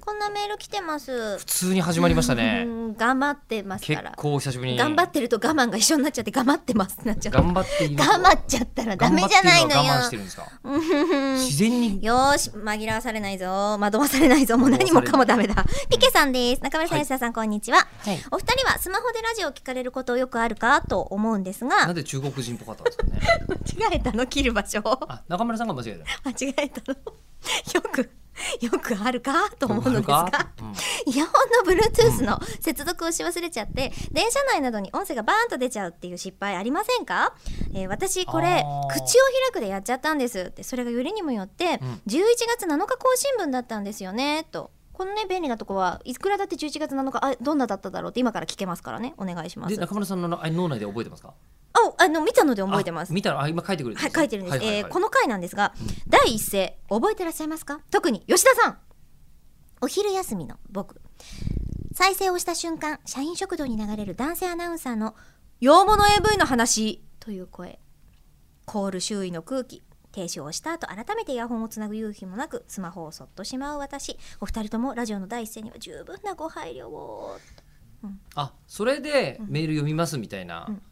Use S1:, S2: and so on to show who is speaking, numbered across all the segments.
S1: こんなメール来てます
S2: 普通に始まりましたね
S1: うん頑張ってます
S2: 結
S1: から
S2: 構久しぶりに
S1: 頑張ってると我慢が一緒になっちゃって頑張ってますってなっちゃった
S2: 頑張っていいの
S1: 頑張っちゃった らダメじゃないのよ
S2: 頑張ってるのは我慢してるんですか
S1: うん
S2: 自然に
S1: よーし紛らわされないぞ惑わされないぞもう何もかもダメだピケさんです中村さん
S2: はい
S1: 吉田さんこんにちは
S2: はい
S1: お二人はスマホでラジオを聞かれることよくあるかと思うんです
S2: な
S1: が
S2: んで中国人っぽかったんですかね
S1: 間違えたの切る場所 間
S2: あ中村さんが間違え た
S1: 違えたのよくよくあるかと思うのです
S2: どなる
S1: が
S2: かうん
S1: イヤホンの Bluetooth の接続をし忘れちゃって、電車内などに音声がバーンと出ちゃうっていう失敗ありませんか、えー私これ
S2: あー
S1: 口を開くでやっちゃったんですってそれがよりにもよって、
S2: うん
S1: 11月7日更新分だったんですよねとこのね便利なとこはいくらだって11月7日あどんなだっただろうって今から聞けますからねお願いします
S2: で中村さんのあ脳内で覚えてますか
S1: ああの見たので覚えてます
S2: あ見たらあ今書いてくれて
S1: はい、書いてるんです。えーこ
S2: の
S1: の回なんですが、第一声、覚えてらっしゃいますか特に吉田さんお昼休みの僕。再生をした瞬間、社員食堂に流れる男性アナウンサーの、用物 AV の話という声。コール周囲の空気。停止をした後、改めてイヤホンをつなぐ勇気もなく、スマホをそっとしまう私。お二人ともラジオの第一声には十分なご配慮を。
S2: あそれでメール読みますみたいな、
S1: うん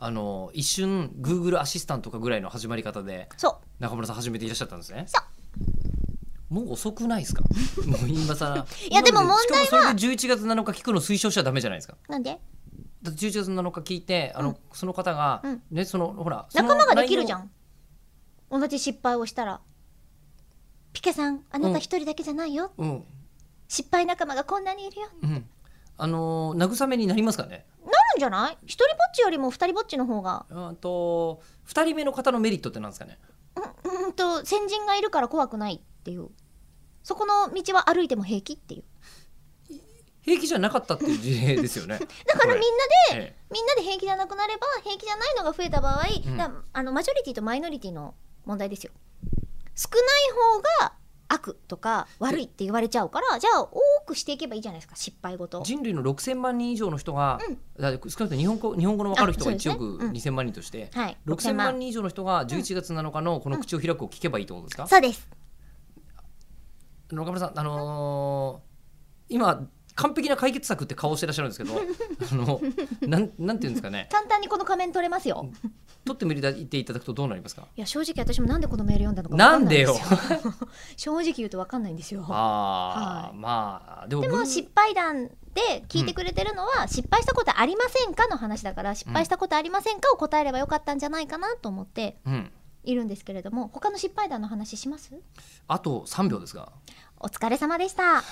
S2: あの一瞬 Google アシスタントかぐらいの始まり方で
S1: そ
S2: 中村さん始めていらっしゃったんですね
S1: そう
S2: もう遅くないですか もう今さら
S1: いやでも問題は
S2: しかもそれで11月7日聞くの推奨しちゃダメじゃないですか
S1: う。なんで
S2: だって11月7日聞いてあの、その方が、
S1: うん
S2: ねそのほらその
S1: 仲間ができるじゃ
S2: 内
S1: ん同じ失敗をしたらピケさんあなた一人だけじゃないよ、
S2: 容うん
S1: 失敗仲間がこんなにいるよ
S2: うんあのー慰めになりますかね
S1: なるんじゃない一人ぼっちよりも二人ぼっちの方が
S2: うんと2人目の方のメリットってなんですかね
S1: うんうんと先人がいるから怖くないっていうそこの道は歩いても平気っていう
S2: 平気じゃなかったっていう事例です よね
S1: だからみんな
S2: こ
S1: で、
S2: れえ
S1: みんなで平気じゃなくなれば平気じゃないのが増えた場合、
S2: ん
S1: だあのマジョリティとマイノリティの問題ですよ少ない方が悪とか悪いって言われちゃうからじゃあ多くしていけばいいじゃないですか失敗ごと
S2: え人類の6000万人以上の人が、
S1: うん
S2: だから少なくとも日本語日本語の分かる人が
S1: あそう
S2: 1
S1: ですね
S2: 億2000万人として、
S1: はい
S2: 6000万人以上の人が11月7日のこの口を開くを聞けばいいってことですか、
S1: そうです
S2: 中村さん、あのー今完璧な解決策って顔してらっしゃるんですけどあのなんなんていうんですかね
S1: 簡単にこの仮面取れますよ
S2: 取ってみていただくとどうなりますか
S1: いや正直私もなんでこのメール読んだのかわかんないですよ
S2: な
S1: 正直言うとわかんないんですよ
S2: ああ、
S1: は
S2: まあでも
S1: で
S2: ブ
S1: も
S2: ル
S1: 失敗談で聞いてくれてるのは、失敗したことありませんかの話だから失敗したことありませんかを答えればよかったんじゃないかなと思って
S2: うん、
S1: いるんですけれども他の失敗談の話します
S2: あと3秒ですが
S1: お疲れ様でした